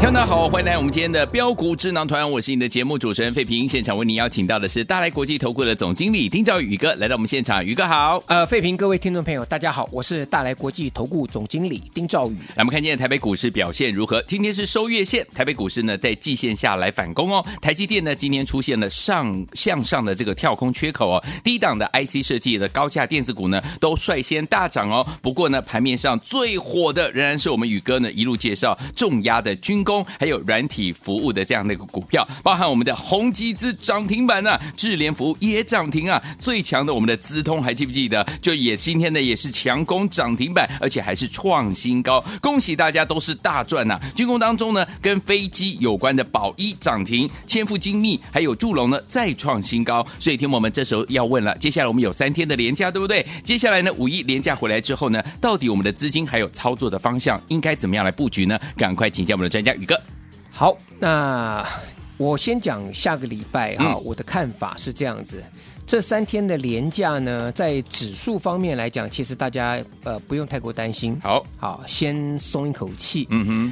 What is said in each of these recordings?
听众大家好，欢迎来我们今天的标股智囊团，我是你的节目主持人费平。现场为您邀请到的是大来国际投顾的总经理丁兆宇宇哥来到我们现场，宇哥好。呃，费评各位听众朋友，大家好，我是大来国际投顾总经理丁兆宇。来，我们看今天的台北股市表现如何？今天是收月线，台北股市呢在季线下来反攻哦。台积电呢今天出现了上向上的这个跳空缺口哦，低档的 IC 设计的高价电子股呢都率先大涨哦。不过呢，盘面上最火的仍然是我们宇哥呢一路介绍重压的军工，还有软体服务的这样的一个股票，包含我们的宏基资涨停板呢、啊智联服务也涨停啊，最强的我们的资通还记不记得？就也今天呢也是强攻涨停板，而且还是创新高，恭喜大家都是大赚呐、军工当中呢，跟飞机有关的宝一涨停，千富精密还有祝龙呢再创新高，所以听我们这时候要问了，接下来我们有三天的连假，对不对？接下来呢五一连假回来之后呢，到底我们的资金还有操作的方向应该怎么样来布局呢？赶快请教我们的专家宇哥。好，那我先讲下个礼拜哈、嗯我的看法是这样子。这三天的连假呢，在指数方面来讲，其实大家呃不用太过担心，好，好，先松一口气，嗯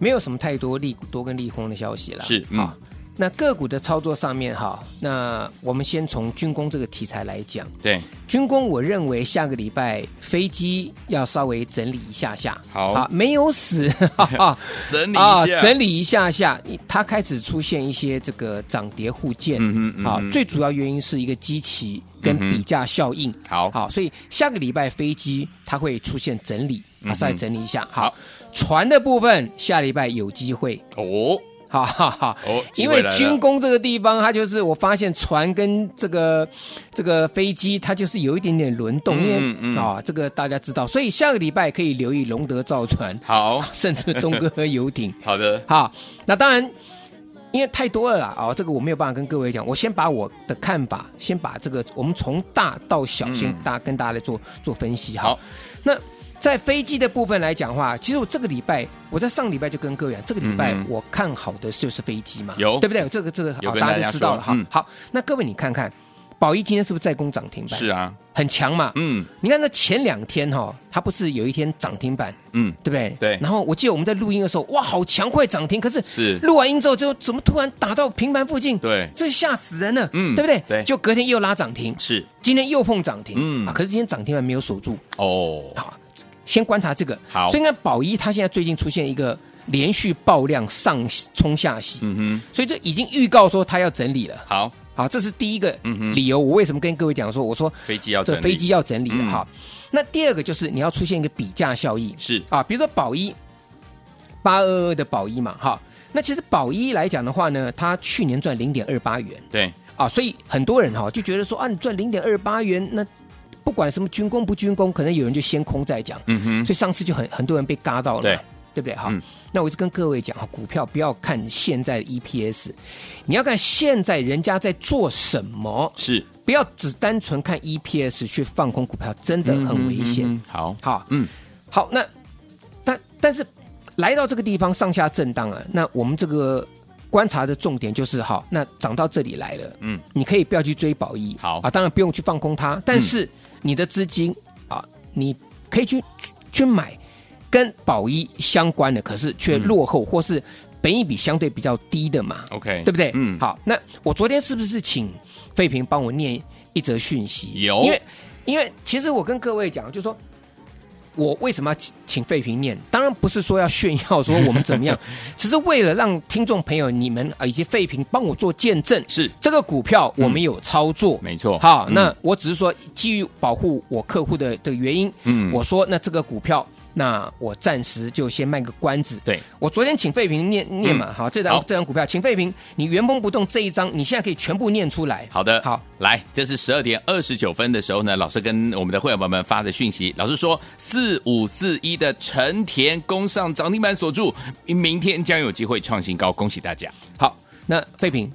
没有什么太多利多跟利空的消息了。哼，是，嗯，那个股的操作上面哈，那我们先从军工这个题材来讲，对，军工，我认为下个礼拜飞机要稍微整理一下下。好啊，没 有死，哈哈啊啊整理一下，整理一下下，它开始出现一些这个涨跌互见。嗯哼嗯哼嗯啊，最主要原因是一个基期跟比价效应。好好，所以下个礼拜飞机它会出现整理，啊，稍微整理一下。嗯好，船的部分下礼拜有机会。哦，哈哈哈哦，机因会为来了军工这个地方，它就是我发现船跟这个这个飞机，它就是有一点点轮动，因嗯嗯为啊，这个大家知道，所以下个礼拜可以留意龙德造船， 好，甚至东哥游艇。 好的，好，那当然，因为太多了啦，哦，这个我没有办法跟各位讲，我先把我的看法，先把这个我们从大到嗯小，先大跟大家来做做分析哈。好，那在飞机的部分来讲的话，其实我这个礼拜，我在上礼拜就跟各位讲，这个礼拜嗯哼我看好的就是飞机嘛，有对不对？这个这个有好，跟大大家家都知道说了哈嗯。好，那各位你看看，宝一今天是不是在攻涨停板？是啊，很强嘛。嗯你看那前两天哈、哦，它不是有一天涨停板，嗯，对不对？对然后我记得我们在录音的时候，哇，好强，快涨停！可是是录完音之后，之后怎么突然打到平盘附近？对这吓死人了，嗯对不对？对就隔天又拉涨停，是今天又碰涨停，嗯啊，可是今天涨停板没有守住，哦，好，先观察这个。好所以你看宝一它现在最近出现一个连续爆量上冲下洗，嗯所以就已经预告说它要整理了。哼，好，好，这是第一个嗯哼理由。我为什么跟各位讲说，我说飞机要这整理飞机要整理了嗯哈。那第二个就是你要出现一个比价效益是啊，比如说宝一八二二的宝一嘛哈。那其实宝一来讲的话呢，它去年赚零点二八元对，啊，所以很多人哈就觉得说啊，你赚零点二八元，那不管什么军工不军工，可能有人就先空再讲，嗯哼，所以上次就很很多人被嘎到了嘛，对对不对？好，嗯那我就跟各位讲哈，股票不要看现在的 EPS，你要看现在人家在做什么，是不要只单纯看 EPS 去放空股票，真的很危险。嗯哼好，好，嗯，好，那但但是来到这个地方上下震荡啊，那我们这个观察的重点就是，好，那涨到这里来了，嗯，你可以不要去追宝一，好嗯啊，当然不用去放空它，但是你的资金啊，你可以去去买跟宝一相关的，可是却嗯落后、或是本益比相对比较低的嘛， ，OK，对不对？嗯，，好，那我昨天是不是请费平帮我念一则讯息？有因为因为其实我跟各位讲，就是说我为什么要请请费平念？当然不是说要炫耀说我们怎么 样，只是为了让听众朋友你们啊以及费平帮我做见证，是这个股票我们有操作。没错，好，嗯那我只是说基于保护我客户的的原因，嗯我说那这个股票那我暂时就先卖个关子。对，我昨天请费平念念嘛，嗯好，这张好这张股票，请费平，你原封不动这一张，你现在可以全部念出来。好的，好，来，这是十二点二十九分的时候呢，老师跟我们的会员朋友们发的讯息，老师说四五四一的成田攻上涨停板锁住，明天将有机会创新高，恭喜大家！好，那费平，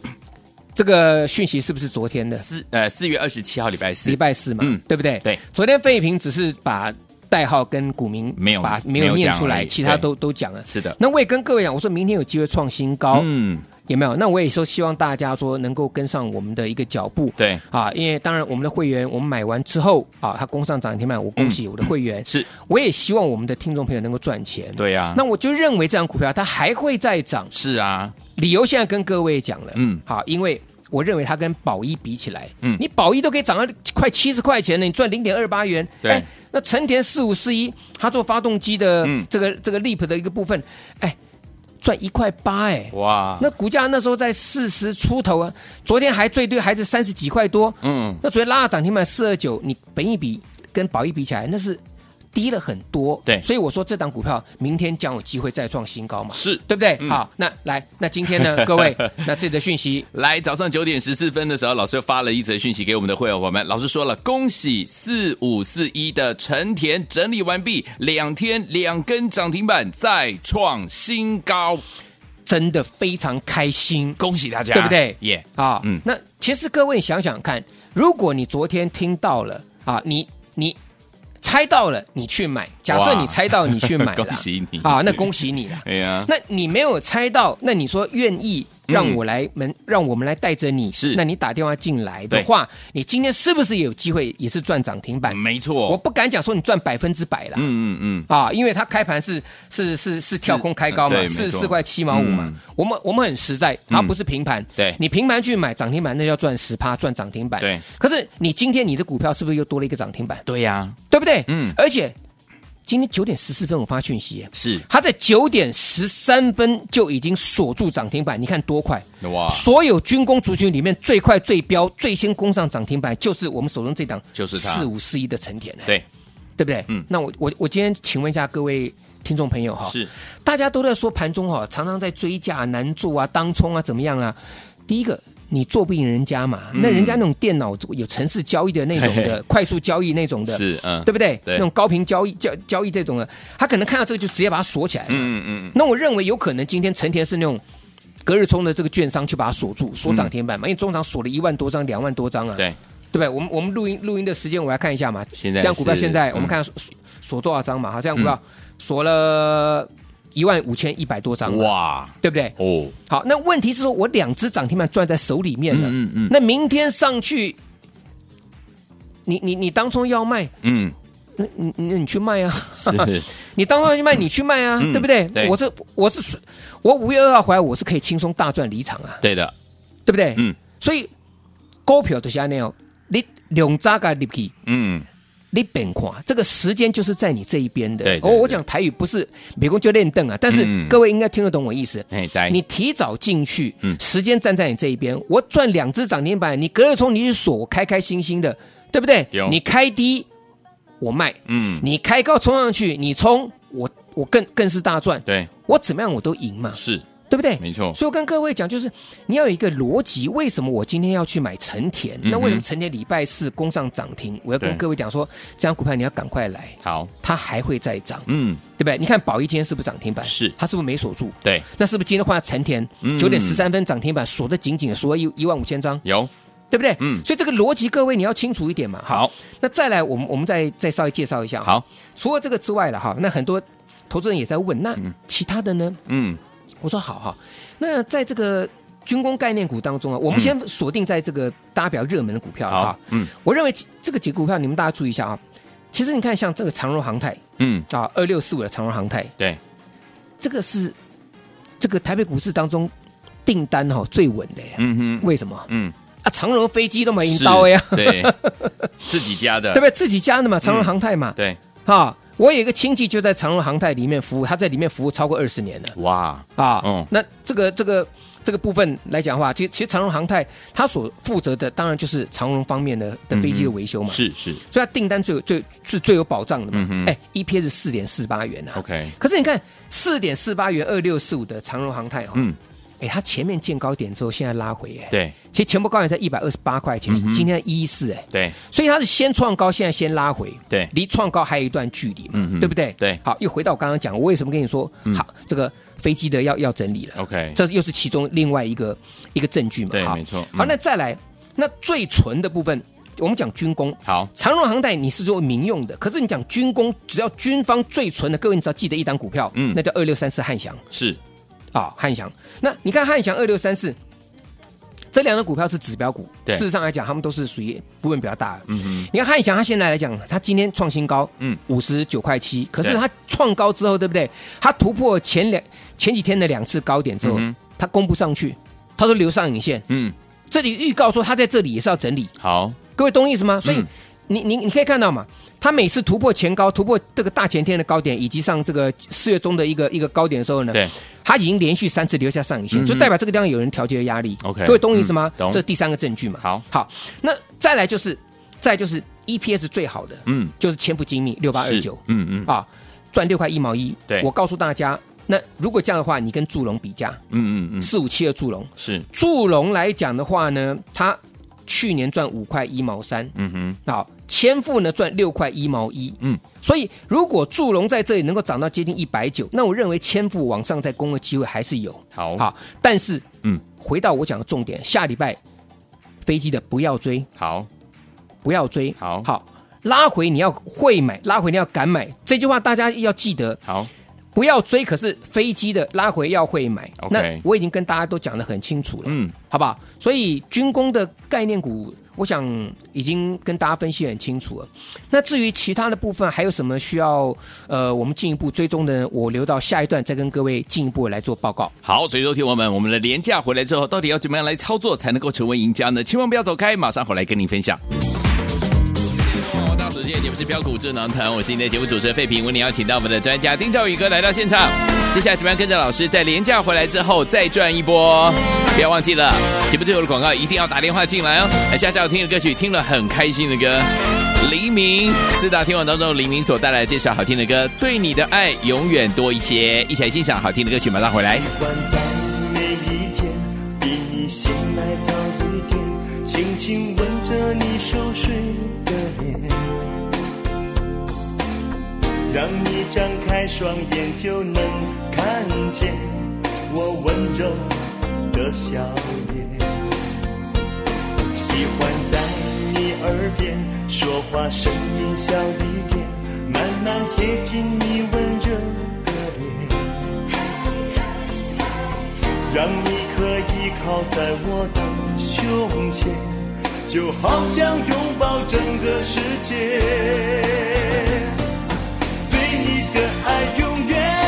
这个讯息是不是昨天的？四呃四月二十七号礼拜四，礼拜四嘛，嗯对不对？对，昨天费平只是把代号跟股民没有把没没有有念讲出而来，已其他对都都讲了。是的，那我也跟各位讲，我说明天有机会创新高，嗯，有没有？那我也说希望大家说能够跟上我们的一个脚步。对，啊，因为当然我们的会员，我们买完之后啊，它攻上涨停板，我恭喜我的会员。嗯是我也希望我们的听众朋友能够赚钱。对啊呀、那我就认为这张股票它还会再涨，是啊，理由现在跟各位讲了，嗯嗯，好，因为我认为它跟宝一比起来，嗯嗯，你宝一都可以涨到快七十块钱了，你赚零点二八元，对哎那成田四五四一，它做发动机的嗯这个、这个 leap 的一个部分，哎，赚一块八，哎。哇，那股价那时候在四十出头啊，昨天还最低还是三十几块多，嗯，那昨天拉到涨停板四二九，你本一比跟宝一比起来，那是低了很多。对所以我说这档股票明天将有机会再创新高嘛，是。对不对？嗯好，那来，那今天呢，各位， 那这里的讯息来，早上九点十四分的时候，老师又发了一则讯息给我们的会员伙伴们。老师说了，恭喜四五四一的成田整理完毕，两天两根涨停板再创新高，真的非常开心恭喜大家，对不对耶、啊！嗯嗯，那其实各位想想看，如果你昨天听到了啊，你你猜到了，你去买，假设哇你猜到你去买 了，恭喜你啊，那恭 喜你了。哎呀，那你没有猜到，那你说愿意让我来门，让我们来带着你，嗯是那你打电话进来的话，你今天是不是也有机会也是赚涨停板？没我错，不敢讲说你赚百分之百啦。嗯嗯嗯，啊，因为它开盘是是是是跳空开高嘛嗯，对四没十错四块七毛五嘛。嗯我们我们很实在，它不是平盘。对你平盘去买涨停板，那要赚十趴，赚涨停板。对。可是你今天你的股票是不是又多了一个涨停板？对呀、对不对？嗯而且今天九点十四分我发讯息耶，是它在九点十三分就已经锁住涨停板，你看多快！哇，所有军工族群里面最快、最标、最先攻上涨停板，就是我们手中这档，就是它四五四一的成田，对，对不对？嗯那我我我今天请问一下各位听众朋友哈，是大家都在说盘中哈，常常在追价难做啊、当冲啊怎么样啊？第一个。你做不赢人家嘛？嗯那人家那种电脑有城市交易的 那种的，快速交易那种的，是，嗯，对不对？对那种高频交易交交易这种的，他可能看到这个就直接把它锁起来了。嗯嗯嗯，那我认为有可能今天成田是那种隔日冲的这个券商去把它锁住，锁嗯涨停板嘛，因为中场锁了一万多张、两万多张啊，对，对不对？我们我们录音录音的时间我来看一下嘛，现在这样股票是现在嗯我们看锁锁锁多少张嘛，哈，这样股票锁了一万五千一百多张，哇，哇对不对？哦，好，那问题是说我两只涨停板攥在手里面了，嗯嗯嗯那明天上去，你你你当中要卖，嗯，那你你你去卖啊， 是你当然去卖，你去卖啊，嗯对不对？对我是我是我五月二号回来，我是可以轻松大赚离场啊，对的，对不对？嗯所以股票就是安尼哦，你两扎个入去，嗯，你变看，这个时间就是在你这一边的。对对哦，我对讲台语不是美工就练凳啊，但是嗯各位应该听得懂我意思。哎，在你提早进去，嗯时间站在你这一边，我赚两只涨停板，你隔日冲你去锁，我开开心心的，对不对对哦？你开低，我卖，嗯，你开高冲上去，你冲我，我更更是大赚，对，我怎么样我都赢嘛，是对不对？没错，所以我跟各位讲，就是你要有一个逻辑，为什么我今天要去买成田？嗯那哼为什么成田礼拜四攻上涨停？我要跟对各位讲说，这张股票你要赶快来，好，它还会再涨，嗯，对不对？你看宝一今天是不是涨停板？是它是不是没锁住？对，那是不是今天换成田嗯九点十三分涨停板锁得紧紧的，锁了一一万五千张，有，对不对？嗯所以这个逻辑各位你要清楚一点嘛。哈，好，那再来我们我们再再稍微介绍一下。，好，除了这个之外了哈，那很多投资人也在问，那嗯其他的呢？嗯，我说好哈，那在这个军工概念股当中啊，我们先锁定在这个大家比较热门的股票了嗯好哈。，嗯我认为这个几个股票你们大家注意一下啊。其实你看，像这个长荣航太嗯，啊，二六四五的长荣航太，对，这个是这个台北股市当中订单哈、最稳的呀。嗯哼，为什么嗯，啊？长荣飞机都没赢到啊呀，是呃 对，自己家的，对不对？自己家的嘛，嗯长荣航太嘛，对，哈、我有一个亲戚就在长荣航太里面服务，他在里面服务超过二十年了哇，啊。嗯那这个这个这个部分来讲的话，其实其实长荣航太它所负责的当然就是长荣方面的的飞机的维修嘛，嗯是是所以它订单最有最是最有保障的嗯哼嘛。哎、e p 是四点四八元啊。 ，OK，可是你看四点四八元二六四五的长荣航太哦，嗯，哎、它前面见高点之后，现在拉回哎，，对其实前波高点在一百二十八块钱，嗯哼今天一一四哎，对，所以它是先创高，现在先拉回，对离创高还有一段距离嘛，嗯哼对不对？对嗯好，又回到我刚刚讲，我为什么跟你说，嗯好，这个飞机的要要整理了 OK 这又是其中另外一个一个证据嘛，对好没错嗯好，那再来，那最纯的部分，我们讲军工。好，长荣航太你是做民用的，可是你讲军工，只要军方最纯的，各位你只要记得一档股票，嗯那叫二六三四汉翔是啊、汉翔。那你看汉翔二六三四这两档股票是指标股，对事实上来讲，他们都是属于部分比较大的。嗯哼，你看汉翔，它现在来讲，它今天创新高，嗯嗯，五十九块七。可是对它创高之后，对不对？它突破前两前几天的两次高点之后嗯哼，它攻不上去，它都留上影线。嗯，这里预告说它在这里也是要整理，好，各位懂意思吗？所以嗯你你你可以看到嘛，它每次突破前高，突破这个大前天的高点，以及上这个四月中的一个一个高点的时候呢，对，它已经连续三次留下上影线，嗯哼就代表这个地方有人调节的压力。 OK，各位懂我意思吗？嗯懂这第三个证据嘛。好，好，那再来就是，再就是 EPS 最好的，嗯，就是千富精密六八二是九嗯嗯啊，赚六块一毛一。对我告诉大家，那如果这样的话，你跟祝融比价，嗯嗯嗯，四五七二祝融，是，祝融来讲的话呢，它去年赚五块一毛三，嗯哼，好，千富呢赚六块一毛一，嗯嗯，所以如果祝融在这里能够涨到接近一百九，那我认为千富往上再攻的机会还是有，好，，好，但是嗯，回到我讲的重点，下礼拜飞机的不要追，好，不要追，好好。拉回你要会买，拉回你要敢买，这句话大家要记得，好，不要追。可是飞机的拉回要会买 OK 那我已经跟大家都讲得很清楚了。嗯，好不好？所以军工的概念股，我想已经跟大家分析得很清楚了。那至于其他的部分，还有什么需要呃我们进一步追踪的呢，我留到下一段再跟各位进一步来做报告。好，所以说听我们，我们的廉价回来之后，到底要怎么样来操作才能够成为赢家呢？千万不要走开，马上回来跟您分享。大家好，今天节目是标股智囊团，我是您的节目主持人费平，为您邀请到我们的专家丁兆宇哥来到现场。接下来怎么样跟着老师在廉价回来之后再赚一波？不要忘记了，节目最后的广告一定要打电话进来哦。来，下次要听的歌曲，听了很开心的歌。黎明四大天王当中，黎明所带来的这首好听的歌《对你的爱永远多一些》，一起来欣赏好听的歌曲，马上回来。喜欢在每一天比你醒来早一点，轻轻吻着你熟睡的脸，让你张开双眼就能看见我温柔的笑脸。喜欢在你耳边说话，声音小一点，慢慢贴近你温热的脸。让你可以靠在我的胸前，就好像拥抱整个世界。对你的爱永远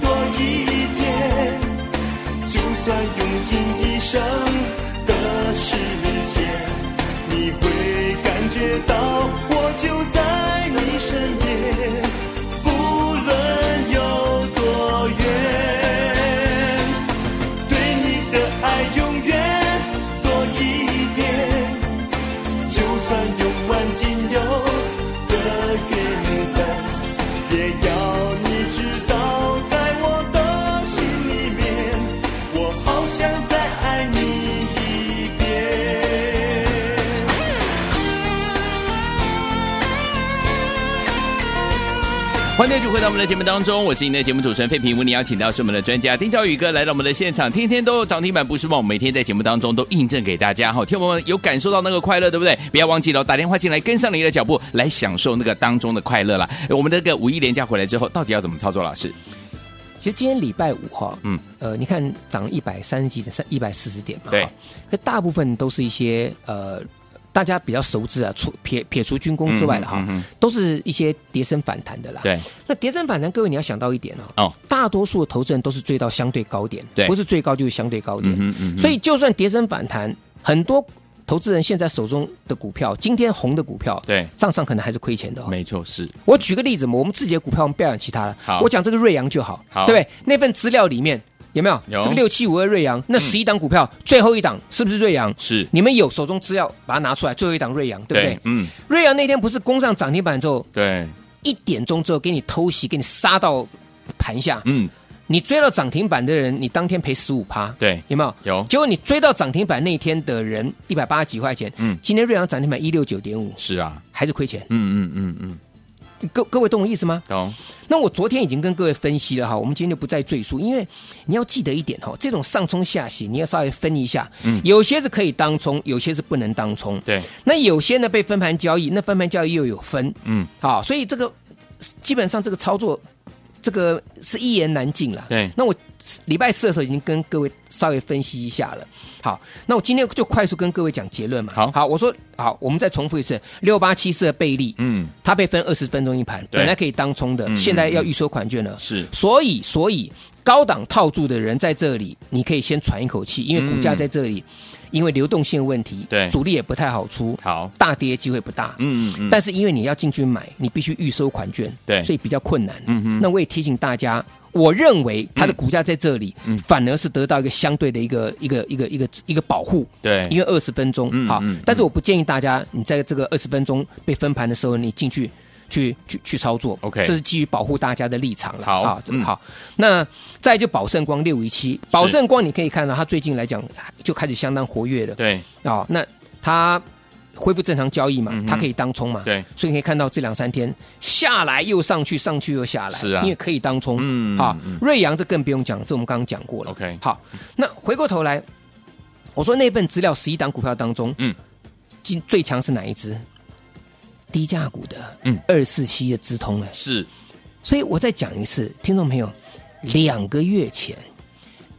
多一点，就算用尽一生的时间，你会感觉到我就在你身边，不论有多远。对你的爱永远多一点，就算用完仅有的缘分，也要你知道，在我的心里面，我好想再爱你一遍。欢迎继续回到我们的节目当中，我是您的节目主持人费平。为您邀请到是我们的专家丁兆宇哥来到我们的现场，天天都有涨停板不是梦，每天在节目当中都印证给大家哈。听我们有感受到那个快乐，对不对？不要忘记了打电话进来，跟上您的脚步，来享受那个当中的快乐啦。我们这个五一连假回来之后，到底要怎么操作？老师，其实今天礼拜五哈，嗯嗯，呃，你看涨了一百三十几点，三一百四十点嘛，对哈，可大部分都是一些呃。大家比较熟知啊，除撇撇除军工之外的哈，嗯嗯嗯嗯都是一些跌升反弹的啦。对，那跌升反弹，各位你要想到一点哦，哦大多数的投资人都是追到相对高点，对不是最高就是相对高嗯点，哼嗯哼所以就算跌升反弹，很多投资人现在手中的股票，今天红的股票，对账上可能还是亏钱的、哦。没错，是我举个例子嘛，我们自己的股票，我们不要讲其他的好，我讲这个瑞阳就好，好对不对？那份资料里面。有没有？有嗯这个六七五二瑞阳，那十一档股票、最后一档是不是瑞阳？是你们有手中资料把它拿出来，最后一档瑞阳，对不对？嗯，瑞阳那天不是攻上涨停板之后，对，一点钟之后给你偷袭，给你杀到盘下，嗯，你追到涨停板的人，你当天赔十五趴，对有没有？有结果你追到涨停板那一天的人，一百八十几块钱，嗯今天瑞阳涨停板一六九点五，是啊，还是亏钱。嗯嗯嗯嗯，各各位懂我意思吗？懂，那我昨天已经跟各位分析了哈，我们今天就不再赘述，因为你要记得一点哈，这种上冲下洗，你要稍微分一下，嗯有些是可以当冲，有些是不能当冲，对，那有些呢被分盘交易，那分盘交易又有分，嗯，好，所以这个基本上这个操作，这个是一言难尽了。对那我礼拜四的时候已经跟各位稍微分析一下了。好，那我今天就快速跟各位讲结论嘛。好好，我说好，我们再重复一次，六八七四的贝利，嗯，它被分二十分钟一盘，对本来可以当冲的，嗯现在要预收款券了。是所以，所以高档套住的人在这里，你可以先喘一口气，因为股价嗯在这里，因为流动性问题，对主力也不太好出，好，大跌机会不大。嗯嗯嗯，但是因为你要进去买，你必须预收款券，对所以比较困难。嗯哼嗯那我也提醒大家，我认为它的股价在这里，反而是得到一个相对的一个一个一个一个一个保护，对，因为二十分钟，嗯好嗯嗯，但是我不建议大家你在这个二十分钟被分盘的时候，你进去。去去去操作 OK 这是基于保护大家的立场了。好啊这嗯好，那再就宝盛光六一七，宝盛光你可以看到，它最近来讲就开始相当活跃了。对哦，那它恢复正常交易嘛，嗯哼它可以当冲嘛，对，所以你可以看到这两三天下来又上去，上去又下来，是啊因为可以当冲，嗯啊嗯，瑞阳这更不用讲，这我们刚刚讲过了 OK 好，那回过头来，我说那份资料十一档股票当中，嗯，今最强是哪一只？低价股的，嗯，二四七的直通了，啊是，所以我再讲一次，听众朋友，两个月前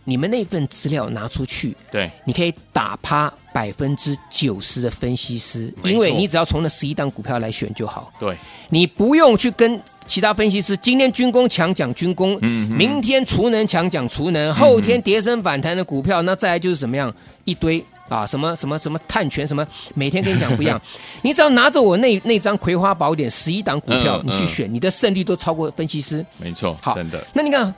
你们那份资料拿出去，对，你可以打趴百分之九十的分析师，没错因为你只要从那十一档股票来选就好，对，你不用去跟其他分析师。今天军工强讲军工，嗯哼嗯明天储能强讲储能，后天跌升反弹的股票，那再来就是怎么样一堆。啊，什么什么什么碳权什么，每天跟你讲不 一样。你只要拿着我那那张《葵花宝典》十一档股票嗯，你去嗯选，你的胜率都超过分析师。没错，好，真的，。那你看，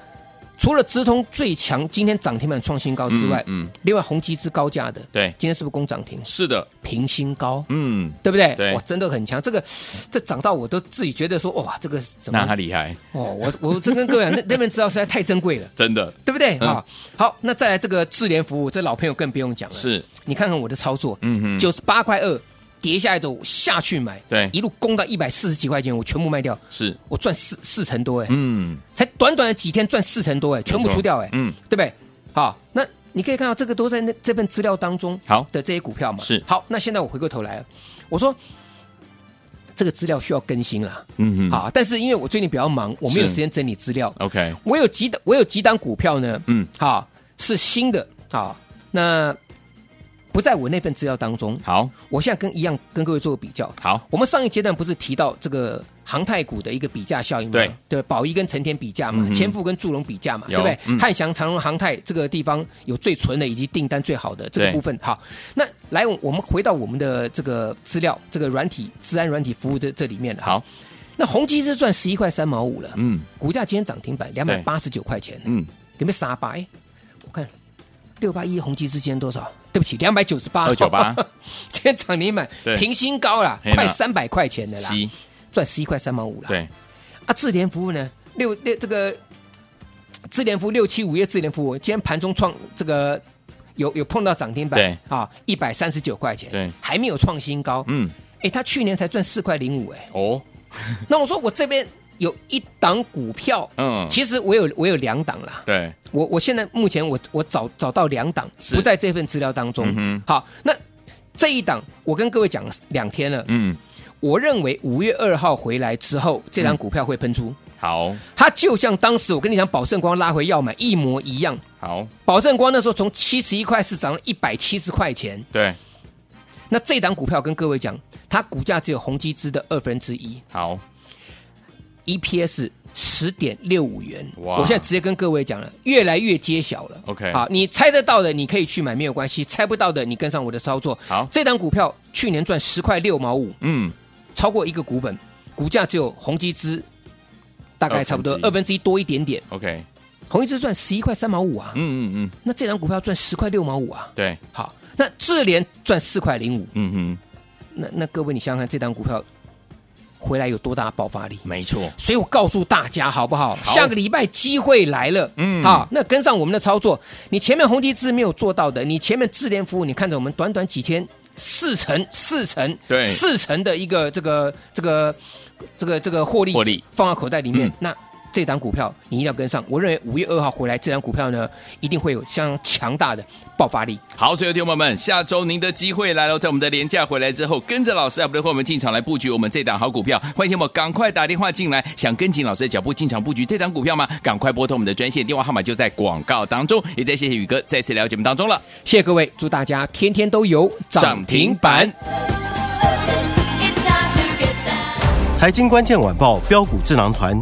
除了直通最强，今天涨停板创新高之外，嗯嗯另外宏基之高价的，对今天是不是攻涨停？是的，平新高，嗯，对不对？对哇，真的很强。这个这涨到我都自己觉得说，哇，这个怎那他么？厉害，哦，我我真跟各位讲，那那边资料实在太珍贵了。真的对不对？嗯啊、好，那再来这个智联服务，这老朋友更不用讲了。，是，你看看我的操作，嗯哼，九十八块二跌下来之后我下去买，对一路攻到一百四十几块钱，我全部卖掉，是，我赚四四成多哎、嗯，才短短的几天赚四成多哎，全部没错出掉哎，嗯，对不对？好，那你可以看到这个都在那这份资料当中好的这些股票嘛。是好，那现在我回过头来，我说这个资料需要更新啦。嗯哼，好，但是因为我最近比较忙，我没有是时间整理资料。 ，OK，我有几档，我有几档股票呢？嗯，好，是新的。好，那不在我那份资料当中。好，我现在跟一样跟各位做个比较。好，我们上一阶段不是提到这个航太股的一个比价效应吗？对，宝一跟成田比价嘛嗯，哼千富跟祝融比价嘛，对有不对？嗯汉翔、长荣航太这个地方有最纯的以及订单最好的这个对部分。好，那来我我们回到我们的这个资料，这个软体治安软体服务的这里面了。好，那宏基是赚十一块三毛五了，嗯股价今天涨停板两百八十九块钱，嗯，有没有傻白？我看六八一宏基之间多少？对不起，两百九十八，二九八， 今天涨停板对平新高啦，嘿啦快三百块钱的啦，七，赚十一块三毛五啦。对，啊，智联服务呢，六六这个智联服务六七五月智联服务，今天盘中创这个有有碰到涨停板，对啊，一百三十九块钱，对还没有创新高。嗯，哎，他去年才赚四块零五，哎，哦，那我说我这边有一档股票，嗯，其实我有我有两档啦，对，我我现在目前我我找找到两档是不在这份资料当中。嗯好，那这一档我跟各位讲了两天了，嗯，我认为五月二号回来之后，这档股票会喷出。好，它就像当时我跟你讲宝盛光拉回要买一模一样。好，宝盛光那时候从七十一块是涨了一百七十块钱。对，那这档股票跟各位讲，它股价只有宏基资的二分之一好， ，EPS 十点六五元。哇我现在直接跟各位讲了，越来越揭晓了。 OK 好，你猜得到的你可以去买，没有关系；猜不到的你跟上我的操作。好这档股票去年赚十块六毛五，嗯，超过一个股本，股价只有宏基资大概差不多二二分分之一多一点点。 OK，红一只赚十一块三毛五啊，嗯嗯嗯，那这张股票赚十块六毛五啊。对，好，那智联赚四块零五，嗯哼，那那各位你想想看，这张股票回来有多大的爆发力？没错，所以我告诉大家好不好？好下个礼拜机会来了，嗯嗯，好，那跟上我们的操作。你前面红基资没有做到的，你前面智联服务，你看着我们短短几天。四成、四成、对四成的一个这个这个这个这个获利获利放到口袋里面，嗯那这档股票你一定要跟上。我认为五月二号回来，这档股票呢一定会有相当强大的爆发力。好，所有听众朋友们，下周您的机会来了，在我们的廉价回来之后，跟着老师啊，不对，和我们进场来布局我们这档好股票。欢迎听我们赶快打电话进来，想跟紧老师的脚步进场布局这档股票吗？赶快拨通我们的专线电话号码，就在广告当中。也再谢谢宇哥再次来到节目当中了，谢谢各位，祝大家天天都有涨停板。。 It's time to get down. 财经关键晚报标股智囊团